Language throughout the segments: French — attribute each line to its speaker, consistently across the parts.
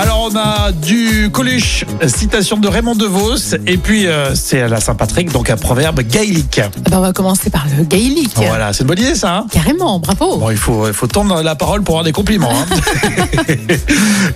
Speaker 1: Alors on a du Coluche, citation de Raymond DeVos, et puis euh, c'est à la Saint-Patrick, donc un proverbe gaélique.
Speaker 2: Ah bah, on va commencer par le gaélique.
Speaker 1: Ah, Voilà, c'est une bonne idée ça. hein
Speaker 2: Carrément, bravo.
Speaker 1: Bon, il faut, il faut tendre la parole pour avoir des compliments. hein.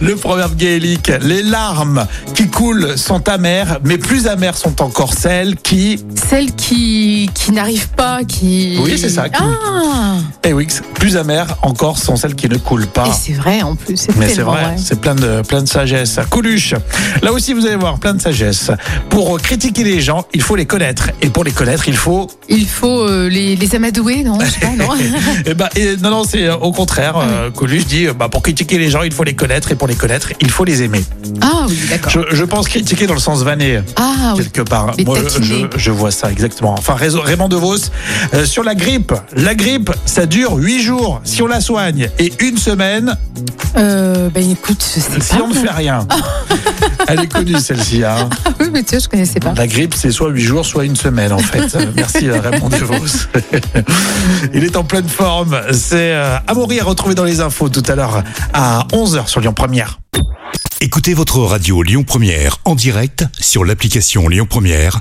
Speaker 1: Le proverbe gaélique, les larmes qui coulent sont amères, mais plus amères sont encore celles qui...
Speaker 2: Celle qui, qui n'arrive pas, qui.
Speaker 1: Oui, c'est ça, qui-
Speaker 2: Ah
Speaker 1: Eh oui, plus amères encore sont celles qui ne coulent pas.
Speaker 2: Et c'est vrai en plus.
Speaker 1: Ah. Mais c'est
Speaker 2: tellement
Speaker 1: vrai, c'est plein de, plein de sagesse. Coluche, là aussi vous allez voir, plein de sagesse. Pour critiquer les gens, il faut les connaître. Et pour les connaître, il faut...
Speaker 2: Il faut euh, les, les amadouer, non, je sais pas, non
Speaker 1: Eh ben, eh, non, non, c'est euh, au contraire. euh, Coluche dit, euh, bah, pour critiquer les gens, il faut les connaître. Et pour les connaître, il faut les aimer.
Speaker 2: Ah oui, d'accord.
Speaker 1: Je, je pense critiquer dans le sens vanné,
Speaker 2: Ah oui.
Speaker 1: quelque part.
Speaker 2: les
Speaker 1: Moi, je,
Speaker 2: taquiner.
Speaker 1: je vois ça exactement. Enfin, réseau- Raymond DeVos, euh, sur la grippe. La grippe, ça dure 8 jours si on la soigne. Et une semaine,
Speaker 2: Euh, ben écoute, je sais
Speaker 1: si
Speaker 2: pas.
Speaker 1: on ne fait rien. Elle est connue celle-ci. Hein.
Speaker 2: Ah oui, mais tu vois, je connaissais pas.
Speaker 1: La grippe, c'est soit 8 jours, soit une semaine, en fait. Euh, Merci, euh, Raymond DeVos. Il est en pleine forme. C'est euh, Amaury à retrouver dans les infos tout à l'heure à 11h sur Lyon Première.
Speaker 3: Écoutez votre radio Lyon Première en direct sur l'application Lyon Première,